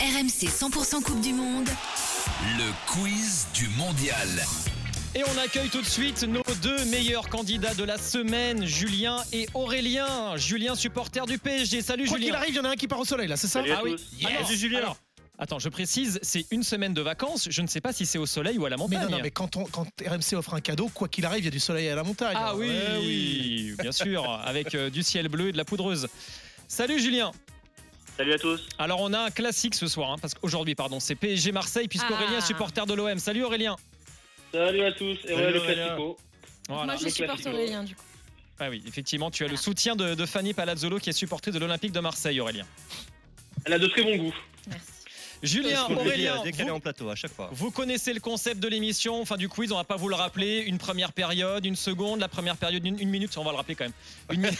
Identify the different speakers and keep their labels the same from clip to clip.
Speaker 1: RMC 100% Coupe du Monde.
Speaker 2: Le quiz du mondial.
Speaker 3: Et on accueille tout de suite nos deux meilleurs candidats de la semaine, Julien et Aurélien. Julien, supporter du PSG. Salut
Speaker 4: Quoi qu'il
Speaker 3: Julien.
Speaker 4: arrive, il y en a un qui part au soleil là, c'est ça
Speaker 5: Salut à
Speaker 3: ah oui.
Speaker 5: tous.
Speaker 3: Ah non,
Speaker 4: Salut, Julien.
Speaker 3: alors, attends, je précise, c'est une semaine de vacances. Je ne sais pas si c'est au soleil ou à la
Speaker 4: Mais
Speaker 3: montagne.
Speaker 4: non, non, mais quand, on, quand RMC offre un cadeau, quoi qu'il arrive, il y a du soleil à la montagne.
Speaker 3: Ah oui,
Speaker 4: Ouais, oui.
Speaker 3: bien sûr, avec euh, du ciel bleu et de la poudreuse. Salut Julien.
Speaker 5: Salut à tous.
Speaker 3: Alors on a un classique ce soir, hein, parce qu'aujourd'hui, pardon, c'est PSG Marseille, puisqu'Aurélien
Speaker 6: Ah.
Speaker 3: est supporter de l'OM. Salut Aurélien.
Speaker 5: Salut à tous. Et voilà le
Speaker 3: Aurélien.
Speaker 5: classico.
Speaker 3: Voilà.
Speaker 6: Moi, je
Speaker 5: le
Speaker 6: supporte
Speaker 5: classico.
Speaker 6: Aurélien, du coup.
Speaker 3: Ah oui, effectivement, tu as le soutien de, de Fanny Palazzolo qui est supportée de l'Olympique de Marseille, Aurélien.
Speaker 5: Elle a de très bons goûts.
Speaker 6: Merci.
Speaker 3: Julien, Aurélien,
Speaker 7: dès
Speaker 3: vous-
Speaker 7: en plateau à chaque fois.
Speaker 3: Vous connaissez le concept de l'émission, enfin du quiz, on va pas vous le rappeler. Une première période, une seconde, la première période, une, une minute, on va le rappeler quand même. Une minute.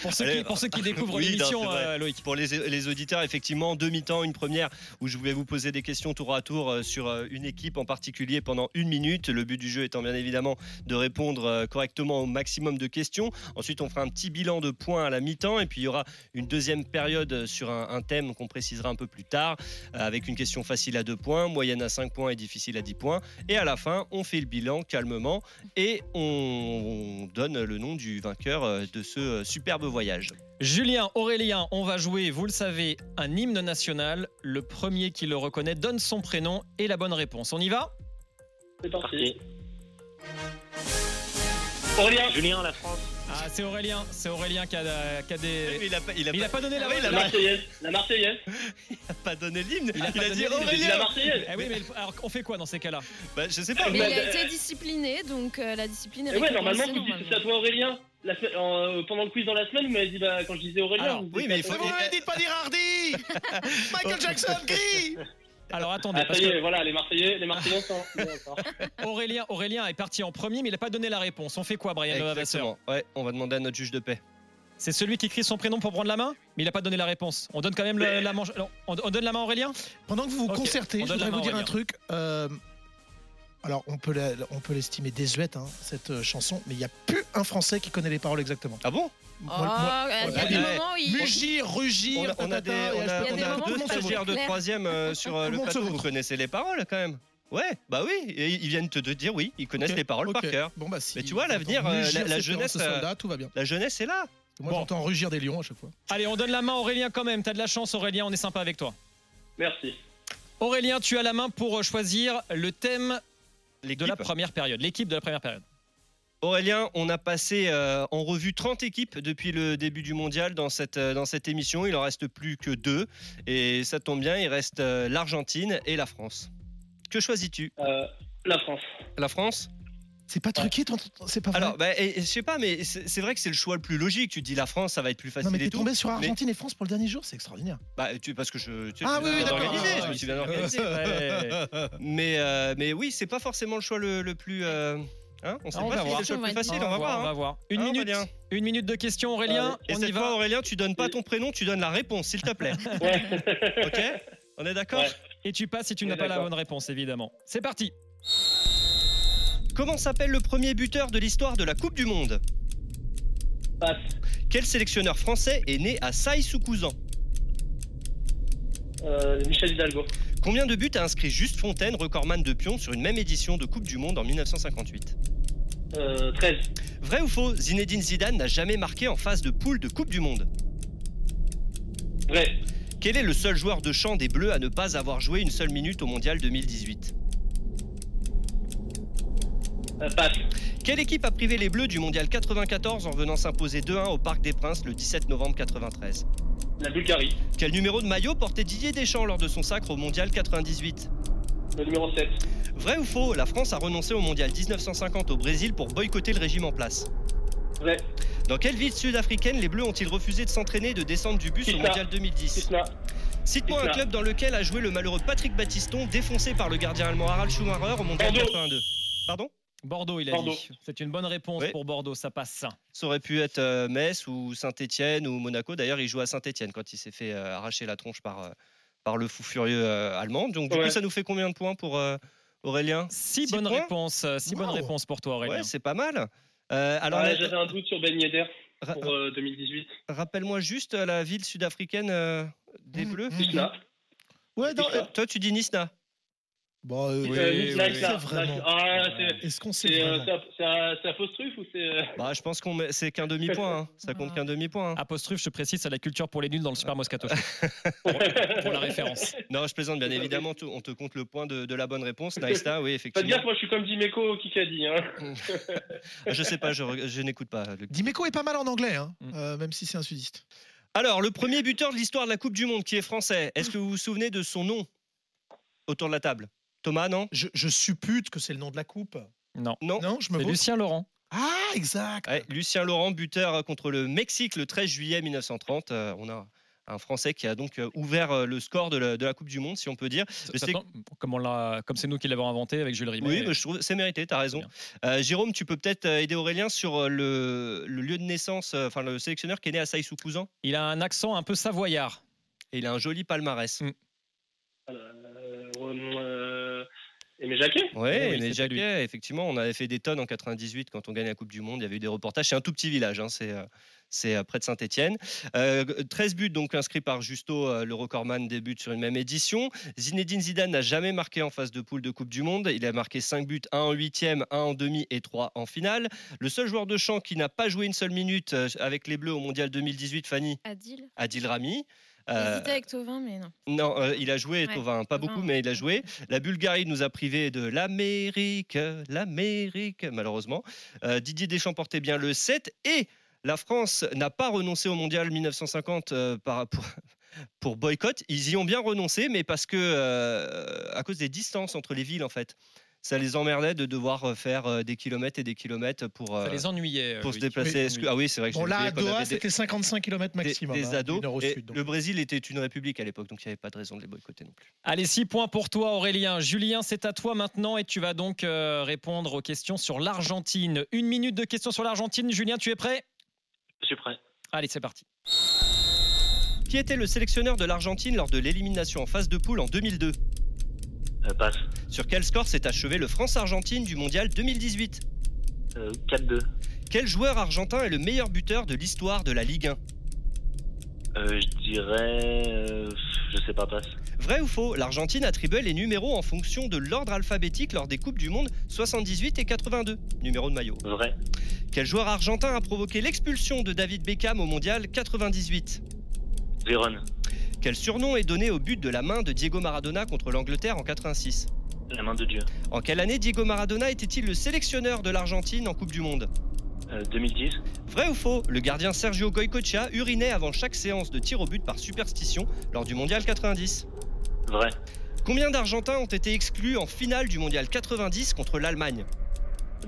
Speaker 3: pour, ceux qui,
Speaker 7: Allez,
Speaker 3: pour ceux qui découvrent
Speaker 7: oui, non,
Speaker 3: l'émission,
Speaker 7: c'est vrai.
Speaker 3: euh, Loïc.
Speaker 7: Pour les, les auditeurs, effectivement, deux mi-temps, une première où je vais vous poser des questions tour à tour euh, sur euh, une équipe en particulier pendant une minute. Le but du jeu étant bien évidemment de répondre euh, correctement au maximum de questions. Ensuite, on fera un petit bilan de points à la mi-temps et puis il y aura une deuxième période euh, sur un, un thème qu'on précisera un peu plus tard euh, avec une question facile à deux points, moyenne à 5 points et difficile à 10 points. Et à la fin, on fait le bilan calmement et on, on donne le nom du vainqueur euh, de ce euh, superbe voyage.
Speaker 3: Julien, Aurélien, on va jouer, vous le savez, un hymne national. Le premier qui le reconnaît donne son prénom et la bonne réponse. On y va
Speaker 5: C'est parti. Aurélien. Julien, la France.
Speaker 3: Ah, c'est Aurélien, c'est Aurélien qui a, qui a des.
Speaker 7: Il a pas, il a
Speaker 3: Mais Il
Speaker 7: pas-
Speaker 3: a pas donné la
Speaker 7: Ah oui,
Speaker 3: bonne
Speaker 7: la
Speaker 5: La Marseillaise. La Marseillaise.
Speaker 7: pas donné l'hymne. Il
Speaker 3: a pas
Speaker 7: a,
Speaker 3: donné
Speaker 7: dit
Speaker 3: l'hymne.
Speaker 5: J'ai dit La
Speaker 7: Aurélien.
Speaker 5: Marseillaise.
Speaker 3: Eh oui, mais le- alors on fait quoi dans ces cas-là
Speaker 7: Bah, je sais pas.
Speaker 6: Mais
Speaker 5: bah,
Speaker 6: il a
Speaker 5: bah,
Speaker 6: été discipliné, donc euh, la discipline est
Speaker 5: Et ouais,
Speaker 6: récompensée
Speaker 5: normalement, vous dites
Speaker 6: normalement.
Speaker 5: c'est à toi Aurélien. La semaine- en- euh, pendant le quiz dans la semaine, vous m'avez dit bah, quand je disais Aurélien.
Speaker 3: Alors,
Speaker 5: vous me
Speaker 7: oui,
Speaker 5: dites,
Speaker 7: mais il
Speaker 4: C'est
Speaker 7: faut-
Speaker 5: attendez.
Speaker 4: bon, mais dites pas dire Hardy Michael Jackson, gris
Speaker 3: Alors attendez,
Speaker 5: Ah, ça
Speaker 3: parce
Speaker 5: y
Speaker 3: que
Speaker 5: est, voilà, les Marseillais, les Marseillais sont. Bon, d'accord.
Speaker 3: Aurélien, Aurélien est parti en premier, mais il a pas donné la réponse. On fait quoi, Brian Lavavasseur
Speaker 7: Exactement. Ouais, on va demander à notre juge de paix.
Speaker 3: C'est celui qui crie son prénom pour prendre la main, mais il n'a pas donné la réponse. On donne quand même le-
Speaker 5: Mais-
Speaker 3: la manche. non, on, on donne la main à Aurélien
Speaker 4: Pendant que vous vous
Speaker 3: Ok, on
Speaker 4: concertez, je
Speaker 3: donne la
Speaker 4: voudrais vous
Speaker 3: main,
Speaker 4: dire un
Speaker 3: Aurélien.
Speaker 4: truc. euh, alors, on peut la- on peut l'estimer désuète, hein, cette euh, chanson, mais il n'y a plus un Français qui connaît les paroles exactement.
Speaker 7: Ah bon
Speaker 6: Oh,
Speaker 4: Moi- moi-
Speaker 6: il y a
Speaker 7: Ouais.
Speaker 6: des
Speaker 7: Ouais.
Speaker 6: moments où il...
Speaker 4: Mugir, rugir,
Speaker 7: On a, on a
Speaker 4: tatata,
Speaker 7: des,
Speaker 4: et
Speaker 7: on a-
Speaker 6: Il y a
Speaker 7: on
Speaker 6: des
Speaker 7: a
Speaker 6: moments où
Speaker 7: deux
Speaker 6: ça
Speaker 7: stagiaires
Speaker 6: vaut
Speaker 7: de
Speaker 6: clair.
Speaker 7: troisième euh, sur euh,
Speaker 4: Tout
Speaker 7: le
Speaker 4: le monde se
Speaker 7: plateau.
Speaker 4: vaut.
Speaker 7: Vous connaissez les paroles quand même. Ouais, bah oui. Et ils viennent te de dire oui. Ils connaissent
Speaker 4: Ok,
Speaker 7: les paroles
Speaker 4: ok.
Speaker 7: par cœur.
Speaker 4: Bon, bah, si
Speaker 7: Mais tu vois, l'avenir,
Speaker 4: j'entends
Speaker 7: euh, la-
Speaker 4: mugir,
Speaker 7: la
Speaker 4: c'est
Speaker 7: jeunesse,
Speaker 4: ce soldat, tout va bien.
Speaker 7: La jeunesse est là.
Speaker 4: Moi,
Speaker 3: bon.
Speaker 4: j'entends rugir des lions à chaque fois.
Speaker 3: Allez, on donne la main à Aurélien quand même. T'as de la chance, Aurélien, on est sympa avec toi.
Speaker 5: Merci.
Speaker 3: Aurélien, tu as la main pour euh, choisir le thème de la
Speaker 7: L'équipe.
Speaker 3: première période, l'équipe de la première période.
Speaker 7: Aurélien, on a passé euh, en revue 30 équipes depuis le début du mondial dans cette, euh, dans cette émission. Il en reste plus que deux. Et ça tombe bien, il reste euh, l'Argentine et la France. Que choisis-tu
Speaker 5: Euh, la France.
Speaker 7: La France
Speaker 4: C'est pas truqué, ton- c'est pas vrai.
Speaker 7: Alors, bah, et- et je sais pas, mais c'est c'est vrai que c'est le choix le plus logique. Tu te dis la France, ça va être plus
Speaker 4: non,
Speaker 7: facile
Speaker 4: mais
Speaker 7: et
Speaker 4: t'es
Speaker 7: tout.
Speaker 4: tombé sur Argentine et France pour le dernier jour, c'est extraordinaire.
Speaker 7: Bah, tu, parce que je, tu sais,
Speaker 4: Ah
Speaker 7: je
Speaker 4: oui, oui,
Speaker 7: suis bien
Speaker 4: d'accord.
Speaker 7: organisé,
Speaker 4: Ah,
Speaker 7: je me suis bien organisé.
Speaker 3: Ouais.
Speaker 7: mais, euh, mais oui, c'est pas forcément le choix le, le plus. euh, hein on sait
Speaker 3: Ah, on va
Speaker 7: pas si c'est
Speaker 3: voir.
Speaker 7: le choix le plus facile,
Speaker 3: Ah,
Speaker 7: on va voir.
Speaker 3: on va
Speaker 7: hein.
Speaker 3: voir. Une
Speaker 7: Ah,
Speaker 3: minute,
Speaker 7: Aurélien.
Speaker 3: une minute de questions, Aurélien.
Speaker 7: Et
Speaker 3: on
Speaker 7: cette
Speaker 3: y
Speaker 7: fois,
Speaker 3: va.
Speaker 7: Aurélien, tu donnes pas ton prénom, tu donnes la réponse, s'il te plaît.
Speaker 5: Ouais.
Speaker 7: ok On est d'accord
Speaker 5: Ouais.
Speaker 3: Et tu passes si tu
Speaker 5: Oui,
Speaker 3: n'as pas la
Speaker 5: d'accord.
Speaker 3: bonne réponse, évidemment. C'est parti.
Speaker 7: Comment s'appelle le premier buteur de l'histoire de la Coupe du Monde
Speaker 5: Passe.
Speaker 7: Quel sélectionneur français est né à Saï-Soukouzan
Speaker 5: Euh, Michel Hidalgo.
Speaker 7: Combien de buts a inscrit Juste Fontaine, recordman de pion, sur une même édition de Coupe du Monde en 1958
Speaker 5: Euh, 13.
Speaker 7: Vrai ou faux, Zinedine Zidane n'a jamais marqué en phase de poule de Coupe du Monde.
Speaker 5: Vrai.
Speaker 7: Quel est le seul joueur de champ des Bleus à ne pas avoir joué une seule minute au Mondial 2018
Speaker 5: Euh, passe.
Speaker 7: Quelle équipe a privé les Bleus du Mondial 94 en venant s'imposer 2-1 au Parc des Princes le 17 novembre 93
Speaker 5: La Bulgarie.
Speaker 7: Quel numéro de maillot portait Didier Deschamps lors de son sacre au Mondial 98
Speaker 5: Le numéro 7.
Speaker 7: Vrai ou faux, la France a renoncé au Mondial 1950 au Brésil pour boycotter le régime en place.
Speaker 5: Vrai.
Speaker 7: Dans quelle ville sud-africaine les Bleus ont-ils refusé de s'entraîner et de descendre du bus au
Speaker 5: Kista.
Speaker 7: Mondial 2010
Speaker 5: Kisna.
Speaker 7: Cite-moi
Speaker 5: C'est
Speaker 7: un
Speaker 5: ça.
Speaker 7: club dans lequel a joué le malheureux Patrick Battiston, défoncé par le gardien allemand Harald Schumacher au mondial
Speaker 5: Bordeaux.
Speaker 7: 82. Pardon
Speaker 3: Bordeaux, il a
Speaker 5: Bordeaux.
Speaker 3: dit. C'est une bonne réponse
Speaker 7: Oui.
Speaker 3: pour Bordeaux, ça passe.
Speaker 7: Ça aurait pu être euh, Metz ou Saint-Etienne ou Monaco. D'ailleurs, il joue à Saint-Etienne quand il s'est fait euh, arracher la tronche par, euh, par le fou furieux euh, allemand. Donc, du
Speaker 5: Ouais.
Speaker 7: coup, ça nous fait combien de points pour euh, Aurélien
Speaker 3: Six,
Speaker 7: Six
Speaker 3: bonnes
Speaker 7: points
Speaker 3: réponses, euh, six
Speaker 4: Wow.
Speaker 3: bonnes réponses pour toi Aurélien.
Speaker 7: Ouais, c'est pas mal. Euh, alors,
Speaker 5: Ah,
Speaker 7: la- Ah,
Speaker 5: J'avais un doute sur Ben Yedder
Speaker 7: ra-
Speaker 5: pour euh, 2018.
Speaker 7: rappelle-moi juste euh, la ville sud-africaine euh, des
Speaker 4: Mmh,
Speaker 7: Bleus.
Speaker 4: mmh.
Speaker 5: Cisna.
Speaker 4: Ouais, non, euh,
Speaker 7: Toi, tu dis Nisna.
Speaker 4: bon, euh,
Speaker 3: Oui,
Speaker 5: Euh,
Speaker 3: oui,
Speaker 5: Nisla,
Speaker 3: oui.
Speaker 5: Nisla,
Speaker 4: C'est vraiment-
Speaker 7: euh,
Speaker 5: Nisla. Ah, c'est-
Speaker 4: est-ce qu'on sait
Speaker 5: c'est, euh,
Speaker 4: vraiment
Speaker 5: c'est un- c'est un c'est un fausse truffe ou c'est. euh,
Speaker 7: Bah, je pense qu'on met- c'est qu'un demi-point. hein. Ça
Speaker 5: Ah.
Speaker 7: compte qu'un demi-point. hein.
Speaker 3: Apostrophe, je précise, c'est la culture pour les nuls dans le
Speaker 7: Euh,
Speaker 3: Super Moscato Show. pour la référence.
Speaker 7: Non, je plaisante, bien évidemment. tout- On te compte le point de, de la bonne réponse. Nisna, oui,
Speaker 5: Faites
Speaker 7: effectivement.
Speaker 5: gaffe, moi je suis comme Dimeco au Kikadi. Hein.
Speaker 7: Je sais pas, je, re- je n'écoute pas. Luc.
Speaker 4: Dimeco est pas mal en anglais, hein,
Speaker 3: Mm.
Speaker 4: euh, même si c'est un sudiste.
Speaker 7: Alors, le premier buteur de l'histoire de la Coupe du Monde qui est français, est-ce que vous vous souvenez de son nom autour de la table Thomas, non
Speaker 4: Je, je suppute que c'est le nom de la coupe.
Speaker 3: Non.
Speaker 7: Non.
Speaker 4: Non, je me
Speaker 3: C'est
Speaker 4: vautre.
Speaker 3: Lucien Laurent.
Speaker 4: Ah, exact.
Speaker 7: Ouais, Lucien Laurent, buteur contre le Mexique le 13 juillet 1930. Euh, on a un Français qui a donc euh, ouvert euh, le score de la, de la Coupe du Monde, si on peut dire. Je sais-
Speaker 3: Maintenant, Comme on l'a- comme c'est nous qui l'avons inventé avec Jules Rimet.
Speaker 7: Oui, mais je trouve c'est mérité, t'as raison. Euh, Jérôme, tu peux peut-être euh, aider Aurélien sur euh, le, le lieu de naissance, euh, enfin le sélectionneur qui est né à Saïsou Cousin.
Speaker 3: Il a un accent un peu savoyard.
Speaker 7: Et il a un joli palmarès.
Speaker 3: Mm.
Speaker 5: Euh, euh, Aimé Jacquet
Speaker 7: Ouais,
Speaker 3: Eh Oui, oui,
Speaker 7: mais
Speaker 3: c'était
Speaker 7: Jacquet, effectivement, on avait fait des tonnes en 98 quand on gagnait la Coupe du Monde. Il y avait eu des reportages. C'est un tout petit village, hein, c'est. euh, C'est euh, près de Saint-Etienne. 13 buts donc inscrits par Justo, euh, le recordman des buts sur une même édition. Zinedine Zidane n'a jamais marqué en phase de poule de Coupe du Monde. Il a marqué 5 buts, 1 en huitième, 1 en demi et 3 en finale. Le seul joueur de champ qui n'a pas joué une seule minute euh, avec les Bleus au Mondial 2018, Fanny,
Speaker 6: Adil.
Speaker 7: Adil Rami. Euh,
Speaker 6: J'hésitais avec Tovin, mais non.
Speaker 7: non, euh, il a joué,
Speaker 6: Ouais,
Speaker 7: Tovin, pas
Speaker 6: Thauvin,
Speaker 7: beaucoup,
Speaker 6: ouais.
Speaker 7: mais il a joué. La Bulgarie nous a privé de l'Amérique, euh, l'Amérique, malheureusement. Euh, Didier Deschamps portait bien le 7 et la France n'a pas renoncé au mondial 1950 euh, par, pour, pour boycott. Ils y ont bien renoncé, mais parce que, euh, à cause des distances entre les villes, en fait. Ça les emmerdait de devoir faire euh, des kilomètres et des kilomètres pour, euh,
Speaker 3: Ça les ennuyait. euh,
Speaker 7: pour se
Speaker 3: oui.
Speaker 7: déplacer. Est-ce que- Ah oui, c'est vrai que
Speaker 4: Bon,
Speaker 7: j'ai
Speaker 4: là, à
Speaker 7: oublié qu'on
Speaker 4: Doha,
Speaker 7: avait des-
Speaker 4: c'était 55 km
Speaker 7: des-
Speaker 4: maximum.
Speaker 7: des
Speaker 4: hein,
Speaker 7: ados.
Speaker 4: du nord au
Speaker 7: Et
Speaker 4: sud, donc.
Speaker 7: le Brésil était une république à l'époque, donc il n'y avait pas de raison de les boycotter non plus.
Speaker 3: Allez, 6 points pour toi Aurélien. Julien, c'est à toi maintenant et tu vas donc euh, répondre aux questions sur l'Argentine. Une minute de questions sur l'Argentine. Julien, tu es prêt
Speaker 5: Je suis prêt.
Speaker 3: Allez, c'est parti.
Speaker 7: Qui était le sélectionneur de l'Argentine lors de l'élimination en phase de poule en 2002
Speaker 8: Euh, passe.
Speaker 7: Sur quel score s'est achevé le France-Argentine du mondial 2018
Speaker 8: Euh, 4-2.
Speaker 7: Quel joueur argentin est le meilleur buteur de l'histoire de la Ligue 1
Speaker 8: Euh, je dirais. euh, je sais pas, passe.
Speaker 7: Vrai ou faux L'Argentine attribuait les numéros en fonction de l'ordre alphabétique lors des Coupes du Monde 78 et 82, numéro de maillot.
Speaker 8: Vrai.
Speaker 7: Quel joueur argentin a provoqué l'expulsion de David Beckham au mondial 98
Speaker 8: Vérone.
Speaker 7: Quel surnom est donné au but de la main de Diego Maradona contre l'Angleterre en 86
Speaker 8: La main de Dieu.
Speaker 7: En quelle année Diego Maradona était-il le sélectionneur de l'Argentine en Coupe du Monde
Speaker 8: Euh, 2010.
Speaker 7: Vrai ou faux Le gardien Sergio Goycochea urinait avant chaque séance de tir au but par superstition lors du Mondial 90.
Speaker 8: Vrai.
Speaker 7: Combien d'Argentins ont été exclus en finale du Mondial 90 contre l'Allemagne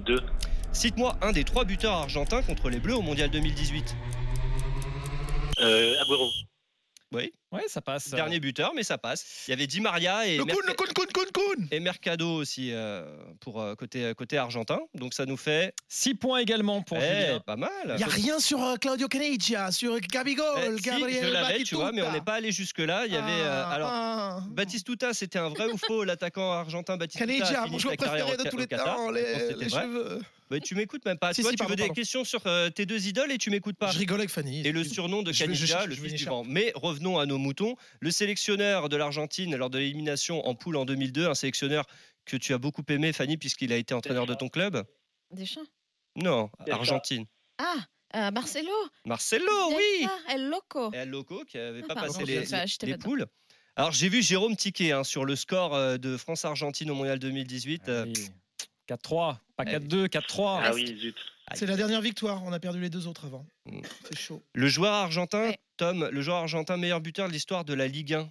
Speaker 8: 2.
Speaker 7: Cite-moi un des trois buteurs argentins contre les Bleus au Mondial 2018.
Speaker 8: Euh, Agüero.
Speaker 3: Ouais, ça passe.
Speaker 7: Dernier buteur, mais ça passe. Il y avait Di Maria et,
Speaker 4: Le
Speaker 7: Merc-
Speaker 4: Kun, le Kun, Kun, Kun, Kun
Speaker 7: et Mercado aussi euh, pour euh, côté, côté argentin. Donc ça nous fait
Speaker 3: 6 points également pour
Speaker 7: eh,
Speaker 3: Julien.
Speaker 7: pas mal.
Speaker 4: Il n'y a rien sur euh, Claudio Caniggia, sur Gabigol,
Speaker 7: Eh, si,
Speaker 4: Gabriel
Speaker 7: je l'avais,
Speaker 4: Battistuta.
Speaker 7: tu vois, mais on n'est pas allé jusque-là. Il y avait. euh,
Speaker 4: Ah,
Speaker 7: alors,
Speaker 4: ah.
Speaker 7: Batistuta, c'était un vrai ou faux l'attaquant argentin Batistuta a
Speaker 4: Caniggia,
Speaker 7: fini
Speaker 4: mon
Speaker 7: sa
Speaker 4: joueur
Speaker 7: carrière
Speaker 4: préféré
Speaker 7: au
Speaker 4: de
Speaker 7: Ca-
Speaker 4: tous
Speaker 7: au
Speaker 4: les
Speaker 7: Qatar.
Speaker 4: temps,
Speaker 7: Je pense que
Speaker 4: les,
Speaker 7: c'était
Speaker 4: les
Speaker 7: vrai.
Speaker 4: cheveux.
Speaker 7: Mais tu m'écoutes même pas.
Speaker 4: Si,
Speaker 7: Toi,
Speaker 4: si,
Speaker 7: tu veux
Speaker 4: pardon,
Speaker 7: des
Speaker 4: pardon.
Speaker 7: questions sur euh, tes deux idoles et tu m'écoutes pas.
Speaker 4: Je rigole avec Fanny.
Speaker 7: Et le surnom de
Speaker 4: Je vais- je-
Speaker 7: Caniggia,
Speaker 4: je vais
Speaker 7: le fils du
Speaker 4: l'échapper.
Speaker 7: vent. Mais revenons à nos moutons. Le sélectionneur de l'Argentine lors de l'élimination en poule en 2002, un sélectionneur que tu as beaucoup aimé, Fanny, puisqu'il a été entraîneur de ton club.
Speaker 6: Des chiens.
Speaker 7: Non,
Speaker 5: Delta.
Speaker 7: Argentine.
Speaker 6: Ah, euh, Marcelo.
Speaker 7: Marcelo, Oh, oui Eh
Speaker 6: Delta, El Loco.
Speaker 7: Et Al Loco qui n'avait pas
Speaker 6: Ah,
Speaker 7: passé
Speaker 6: pardon,
Speaker 7: les,
Speaker 6: je- ça, j'étais
Speaker 7: les
Speaker 6: pas dedans.
Speaker 7: poules. Alors j'ai vu Jérôme tiquer hein, sur le score euh, de France-Argentine au Mondial
Speaker 4: Ah
Speaker 7: 2018. euh,
Speaker 3: Allez. 4-3, pas 4-2, 4-3.
Speaker 8: Ah oui, zut.
Speaker 4: C'est la dernière victoire, on a perdu les deux autres avant.
Speaker 7: Mm.
Speaker 4: C'est chaud.
Speaker 7: Le joueur argentin,
Speaker 6: Ouais.
Speaker 7: Tom, le joueur argentin meilleur buteur de l'histoire de la Ligue 1.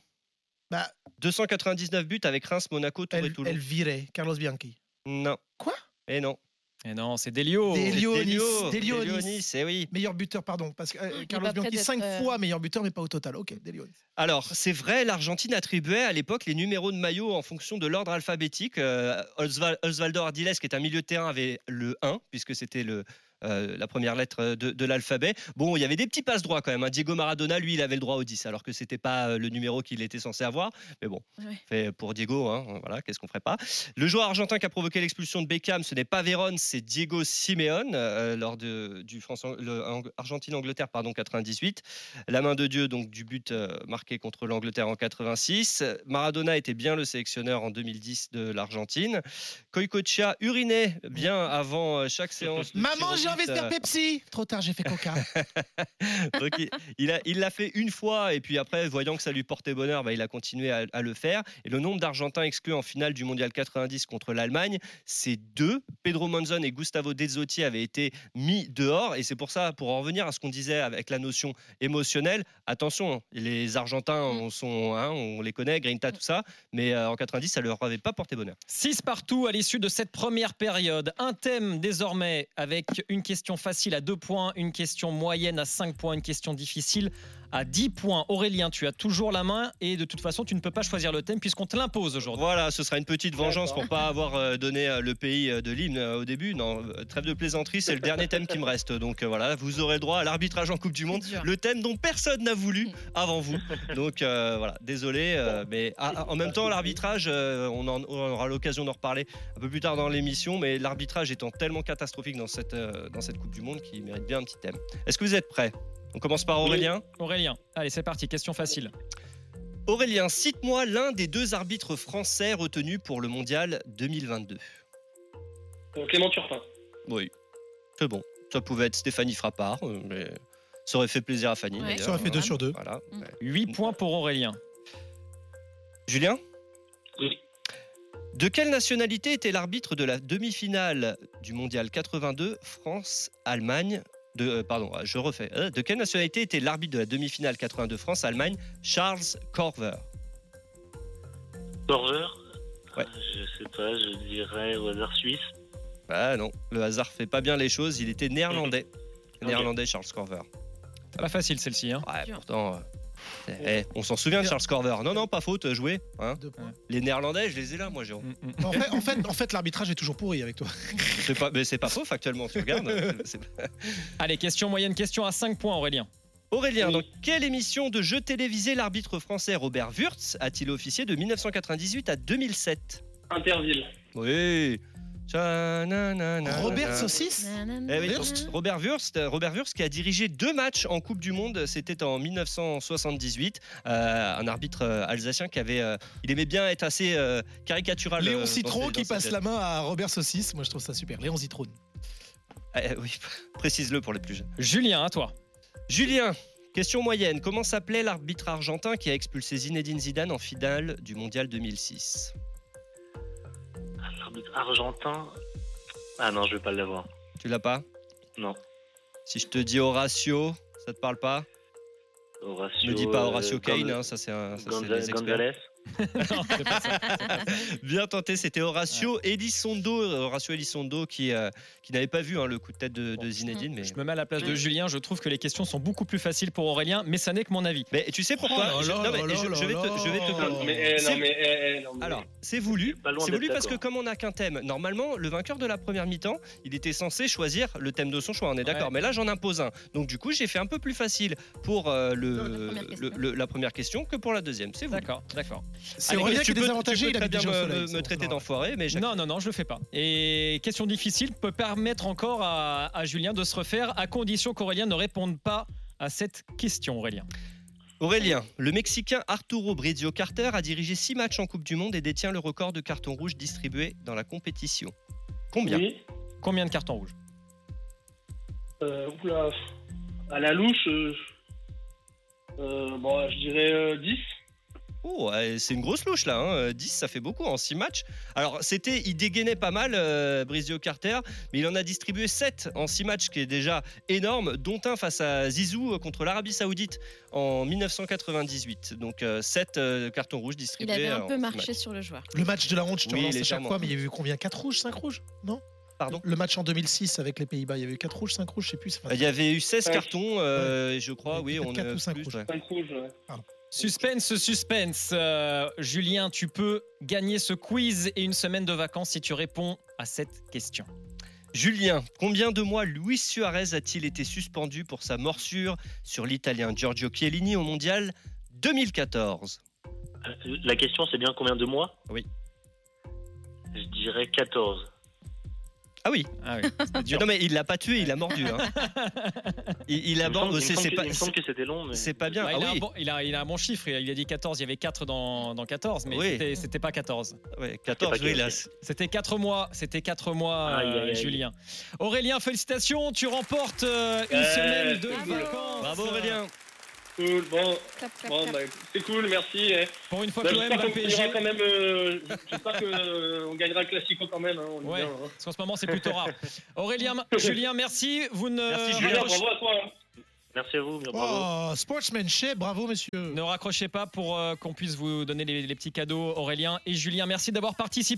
Speaker 4: Bah.
Speaker 7: 299 buts avec Reims, Monaco, Tours et
Speaker 4: Elle,
Speaker 7: Toulon.
Speaker 4: elle virait Carlos Bianchi.
Speaker 7: Non.
Speaker 4: Quoi
Speaker 7: Eh non.
Speaker 3: Et non, c'est Delio.
Speaker 4: Delio,
Speaker 7: Delio,
Speaker 4: Nice, Delio,
Speaker 7: Delio
Speaker 4: Nice.
Speaker 7: Nice, eh oui.
Speaker 4: Meilleur buteur, pardon. Parce que euh,
Speaker 6: Il est
Speaker 4: Carlos
Speaker 6: pas prêt
Speaker 4: Bianchi,
Speaker 6: d'être,
Speaker 4: 5
Speaker 6: euh,
Speaker 4: fois meilleur buteur, mais pas au total. Ok, Delio.
Speaker 7: Alors, c'est vrai, l'Argentine attribuait à l'époque les numéros de maillot en fonction de l'ordre alphabétique. Euh, Osval- Osvaldo Ardiles, qui est un milieu de terrain, avait le 1, puisque c'était le. euh, la première lettre de, de l'alphabet. Bon, il y avait des petits passes droits quand même. hein. Diego Maradona, lui, il avait le droit au 10, alors que c'était pas euh, le numéro qu'il était censé avoir. Mais bon,
Speaker 6: Ouais.
Speaker 7: fait pour Diego, hein, voilà, qu'est-ce qu'on ferait pas Le joueur argentin qui a provoqué l'expulsion de Beckham, ce n'est pas Véron, c'est Diego Simeone euh, lors de, du France le- Ang- Argentine-Angleterre, pardon, 98. La main de Dieu, donc du but euh, marqué contre l'Angleterre en 86. Maradona était bien le sélectionneur en 2010 de l'Argentine. Koikocha urinait bien avant euh, chaque séance. de
Speaker 4: Maman,
Speaker 7: tir
Speaker 4: j'ai
Speaker 7: au but,
Speaker 4: envie de faire
Speaker 7: euh,
Speaker 4: Pepsi Trop tard, j'ai fait Coca.
Speaker 7: donc, il- il a- il l'a fait une fois et puis après, voyant que ça lui portait bonheur, bah, il a continué à, à le faire. Et le nombre d'Argentins exclus en finale du Mondial 90 contre l'Allemagne, c'est deux. Pedro Monzon et Gustavo Dezotti avaient été mis dehors et c'est pour ça, pour en revenir à ce qu'on disait avec la notion émotionnelle, attention, hein, les Argentins, on, sont, hein, on les connaît, Grinta, tout ça, mais euh, en 90, ça leur avait pas porté bonheur.
Speaker 3: 6 partout à l'issue de cette première période. Un thème désormais avec une question facile à 2 points, une question moyenne à 5 points, une question difficile à 10 points. Aurélien, tu as toujours la main et de toute façon, tu ne peux pas choisir le thème puisqu'on te l'impose aujourd'hui.
Speaker 7: Voilà, ce sera une petite vengeance pour pas avoir euh, donné euh, le pays euh, de l'hymne euh, au début. Non, euh, trêve de plaisanterie, c'est le dernier thème qui me reste. Donc euh, voilà, vous aurez le droit à l'arbitrage en Coupe du Monde,
Speaker 6: C'est dur.
Speaker 7: le thème dont personne n'a voulu avant vous. Donc euh, voilà, désolé, euh, mais ah, ah, en même temps, l'arbitrage, euh, on, en- on aura l'occasion d'en reparler un peu plus tard dans l'émission, mais l'arbitrage étant tellement catastrophique dans cette, euh, dans cette Coupe du Monde qu'il mérite bien un petit thème. Est-ce que vous êtes prêts On commence par Aurélien.
Speaker 3: Aurélien, allez, c'est parti, question facile.
Speaker 7: Aurélien, cite-moi l'un des deux arbitres français retenus pour le Mondial 2022.
Speaker 5: Euh, Clément Turpin.
Speaker 7: Oui, c'est bon. Ça pouvait être Stéphanie Frappard, euh, mais ça aurait fait plaisir à Fanny.
Speaker 6: Ouais.
Speaker 7: d'ailleurs.
Speaker 4: Ça aurait fait 2 sur 2.
Speaker 7: Voilà.
Speaker 6: Mm.
Speaker 7: Ouais.
Speaker 3: 8 points pour Aurélien.
Speaker 7: Julien
Speaker 5: Oui.
Speaker 7: De quelle nationalité était l'arbitre de la demi-finale du Mondial 82 France-Allemagne de, euh, pardon, euh, je refais. Euh, De quelle nationalité était l'arbitre de la demi-finale 82 France-Allemagne Charles Corver.
Speaker 8: Corver
Speaker 7: Ouais.
Speaker 8: Euh, Je sais pas, je dirais au hasard suisse.
Speaker 7: Ah non, le hasard fait pas bien les choses. Il était néerlandais.
Speaker 8: Ok.
Speaker 7: Néerlandais, Charles Corver.
Speaker 3: C'est Pas facile celle-ci. hein.
Speaker 7: Ouais,
Speaker 6: Dur.
Speaker 7: pourtant. euh, eh, eh, on s'en souvient de Charles Corver. Non, non, pas faute, euh, jouer. hein.
Speaker 4: Oh. Deux points.
Speaker 7: Les Néerlandais, je les ai là, moi, Jérôme.
Speaker 3: Mm, mm.
Speaker 4: En fait, en fait, en fait l'arbitrage est toujours pourri avec toi.
Speaker 7: C'est pas, mais c'est pas faux, factuellement, tu regardes. hein, C'est-
Speaker 3: Allez, question moyenne, question à 5 points Aurélien.
Speaker 7: Aurélien,
Speaker 5: Oui.
Speaker 7: dans quelle émission de jeu télévisé l'arbitre français Robert Wurtz a-t-il officié de 1998 à 2007
Speaker 5: Interville.
Speaker 7: Oui. Tcha- na- na- na-
Speaker 4: Robert
Speaker 7: na-
Speaker 4: Saucisse
Speaker 6: Nanana.
Speaker 7: Eh oui, Robert Wurst, Robert Wurst qui a dirigé deux matchs en Coupe du Monde, c'était en 1978, euh, un arbitre euh, alsacien qui avait, euh, il aimait bien être assez euh, caricatural. euh,
Speaker 4: Léon
Speaker 7: dans ses-
Speaker 4: Citron
Speaker 7: dans
Speaker 4: qui
Speaker 7: ses
Speaker 4: passe
Speaker 7: gestes.
Speaker 4: la main à Robert Saucisse. Moi, je trouve ça super. Léon Citron.
Speaker 7: Eh, oui, précise-le pour les plus jeunes.
Speaker 3: Julien, à toi.
Speaker 7: Julien, question moyenne, comment s'appelait l'arbitre argentin qui a expulsé Zinedine Zidane en finale du Mondial 2006
Speaker 8: L'arbitre argentin. Ah non, je vais pas l'avoir.
Speaker 7: Tu l'as pas
Speaker 8: Non.
Speaker 7: Si je te dis Horacio, ça te parle pas
Speaker 8: Horacio.
Speaker 7: Ne dis pas Horacio
Speaker 8: euh,
Speaker 7: Kane,
Speaker 8: Gonza-
Speaker 7: hein, ça c'est un- ça, c'est
Speaker 8: Gonza-
Speaker 7: les experts.
Speaker 8: Gonzalez.
Speaker 3: Non, c'est pas ça.
Speaker 7: Bien tenté, c'était Horacio Elizondo, Horacio Elizondo qui, euh, qui n'avait pas vu hein, le coup de tête de, de Zinedine. Mais,
Speaker 3: Je me mets à la place de Julien, je trouve que les questions sont beaucoup plus faciles pour Aurélien, mais ça n'est que mon avis.
Speaker 7: mais tu sais pourquoi
Speaker 4: Oh là
Speaker 7: je,
Speaker 4: là
Speaker 7: non, mais
Speaker 4: là
Speaker 7: je-
Speaker 4: là
Speaker 7: je vais te, je vais te
Speaker 4: là.
Speaker 7: donner-
Speaker 5: Non, mais, eh,
Speaker 7: C'est-
Speaker 5: non, mais, eh, eh, non, mais-
Speaker 7: Alors, c'est voulu.
Speaker 8: Pas loin
Speaker 7: C'est
Speaker 8: d'être
Speaker 7: voulu parce que
Speaker 8: d'accord.
Speaker 7: comme on n'a qu'un thème, normalement, le vainqueur de la première mi-temps, il était censé choisir le thème de son choix, on est d'accord.
Speaker 3: Ouais.
Speaker 7: Mais là, j'en impose un. Donc du coup, j'ai fait un peu plus facile pour euh,
Speaker 6: Pour
Speaker 7: le,
Speaker 6: la première question.
Speaker 7: le- le- la première question que pour la deuxième. C'est voulu.
Speaker 3: D'accord, d'accord.
Speaker 4: C'est
Speaker 7: Allez,
Speaker 4: Aurélien
Speaker 7: tu
Speaker 4: qui est
Speaker 7: peux- tu
Speaker 4: désavantagé.
Speaker 7: peux
Speaker 4: Il
Speaker 7: très
Speaker 4: a
Speaker 7: bien
Speaker 4: déjà au soleil.
Speaker 7: me,
Speaker 4: c'est
Speaker 7: me
Speaker 4: bon,
Speaker 7: traiter
Speaker 4: c'est normal.
Speaker 7: d'enfoiré, mais
Speaker 3: Non,
Speaker 7: j'accepte.
Speaker 3: non, non, je le fais pas. Et question difficile peut permettre encore à, à Julien de se refaire, à condition qu'Aurélien ne réponde pas à cette question, Aurélien.
Speaker 7: Aurélien, le Mexicain Arturo Brizio Carter a dirigé 6 matchs en Coupe du Monde et détient le record de cartons rouges distribués dans la compétition. Combien
Speaker 5: Oui.
Speaker 3: Combien de cartons rouges
Speaker 5: Euh, oula. À la louche. euh, euh, bon, je dirais euh, 10.
Speaker 7: Oh, euh, c'est une grosse louche là, hein. Euh, 10 ça fait beaucoup en 6 matchs. Alors c'était, il dégainait pas mal euh, Brizio Carter, mais il en a distribué 7 en 6 matchs, ce qui est déjà énorme, dont un face à Zizou euh, contre l'Arabie Saoudite en 1998. Donc 7 cartons rouges
Speaker 6: Il
Speaker 7: distribués.
Speaker 6: avait
Speaker 7: euh,
Speaker 6: un
Speaker 7: en
Speaker 6: peu
Speaker 7: six
Speaker 6: marché
Speaker 7: matchs.
Speaker 6: sur le joueur.
Speaker 4: Le match de la honte, je te
Speaker 7: Oui,
Speaker 4: relance à chaque
Speaker 7: légèrement.
Speaker 4: fois, mais il y a eu combien 4 rouges 5 rouges Non
Speaker 7: Pardon Euh,
Speaker 4: Le match en 2006 avec les Pays-Bas, il y avait eu 4 rouges, 5 rouges, je sais plus. enfin,
Speaker 7: Il y avait eu 16
Speaker 5: Ouais.
Speaker 7: cartons, euh, je crois,
Speaker 4: Ouais,
Speaker 7: oui.
Speaker 4: peut-être
Speaker 7: on
Speaker 4: quatre
Speaker 7: euh,
Speaker 4: ou cinq
Speaker 7: plus,
Speaker 4: rouges.
Speaker 7: ouais.
Speaker 5: Cinq rouges, ouais.
Speaker 3: Suspense, suspense. Euh, Julien, tu peux gagner ce quiz et une semaine de vacances si tu réponds à cette question.
Speaker 7: Julien, combien de mois Luis Suarez a-t-il été suspendu pour sa morsure sur l'Italien Giorgio Chiellini au mondial 2014
Speaker 8: Euh, La question, c'est bien combien de mois
Speaker 7: Oui.
Speaker 8: Je dirais 14.
Speaker 7: Ah oui,
Speaker 3: Ah oui, c'était dur.
Speaker 7: non mais il l'a pas tué, il l'a mordu. hein. Il, il
Speaker 8: Il
Speaker 7: a
Speaker 8: me
Speaker 7: mor-
Speaker 8: semble- il me
Speaker 7: c'est-
Speaker 8: semble
Speaker 7: c'est
Speaker 8: que-
Speaker 7: pas-
Speaker 8: il me semble que c'était long, mais.
Speaker 7: c'est pas bien.
Speaker 3: Ouais,
Speaker 7: Ah
Speaker 8: Bah,
Speaker 3: il, a un
Speaker 7: oui,
Speaker 3: bon, il, a, il a un bon chiffre, il a, il a dit 14, il y avait 4 dans, dans 14, mais
Speaker 7: Oui.
Speaker 3: c'était- c'était pas 14.
Speaker 7: ouais, 14,
Speaker 8: C'est pas
Speaker 7: oui, là,
Speaker 8: que-
Speaker 7: c'est-
Speaker 3: C'était 4 mois, c'était 4 mois,
Speaker 8: Aïe,
Speaker 3: euh,
Speaker 8: aïe, aïe.
Speaker 3: Julien. Aurélien, félicitations, tu remportes euh, une
Speaker 5: Ouais,
Speaker 3: semaine de
Speaker 6: cool.
Speaker 3: vacances.
Speaker 7: Eh, Bravo Aurélien
Speaker 5: Cool, bon,
Speaker 6: Clap, clap,
Speaker 5: bon
Speaker 6: clap.
Speaker 5: bah, c'est cool, merci. eh.
Speaker 3: Pour une fois
Speaker 5: Bah,
Speaker 3: que l'OM
Speaker 5: J'espère
Speaker 3: va
Speaker 5: qu'on
Speaker 3: au PSG.
Speaker 5: gagnera quand même. euh, J'espère qu'on gagnera le Classico quand même. hein, on est
Speaker 3: Ouais.
Speaker 5: bien, hein.
Speaker 3: Parce qu'en ce moment, c'est plutôt rare. Aurélien, Julien, merci. Vous ne,
Speaker 7: Merci, Julien,
Speaker 5: Julien,
Speaker 3: raccrochez-
Speaker 5: bravo à toi. hein.
Speaker 8: Merci à vous, bravo.
Speaker 4: Oh, sportsmanship, bravo messieurs.
Speaker 3: ne raccrochez pas pour euh, qu'on puisse vous donner les, les petits cadeaux, Aurélien et Julien. Merci d'avoir participé.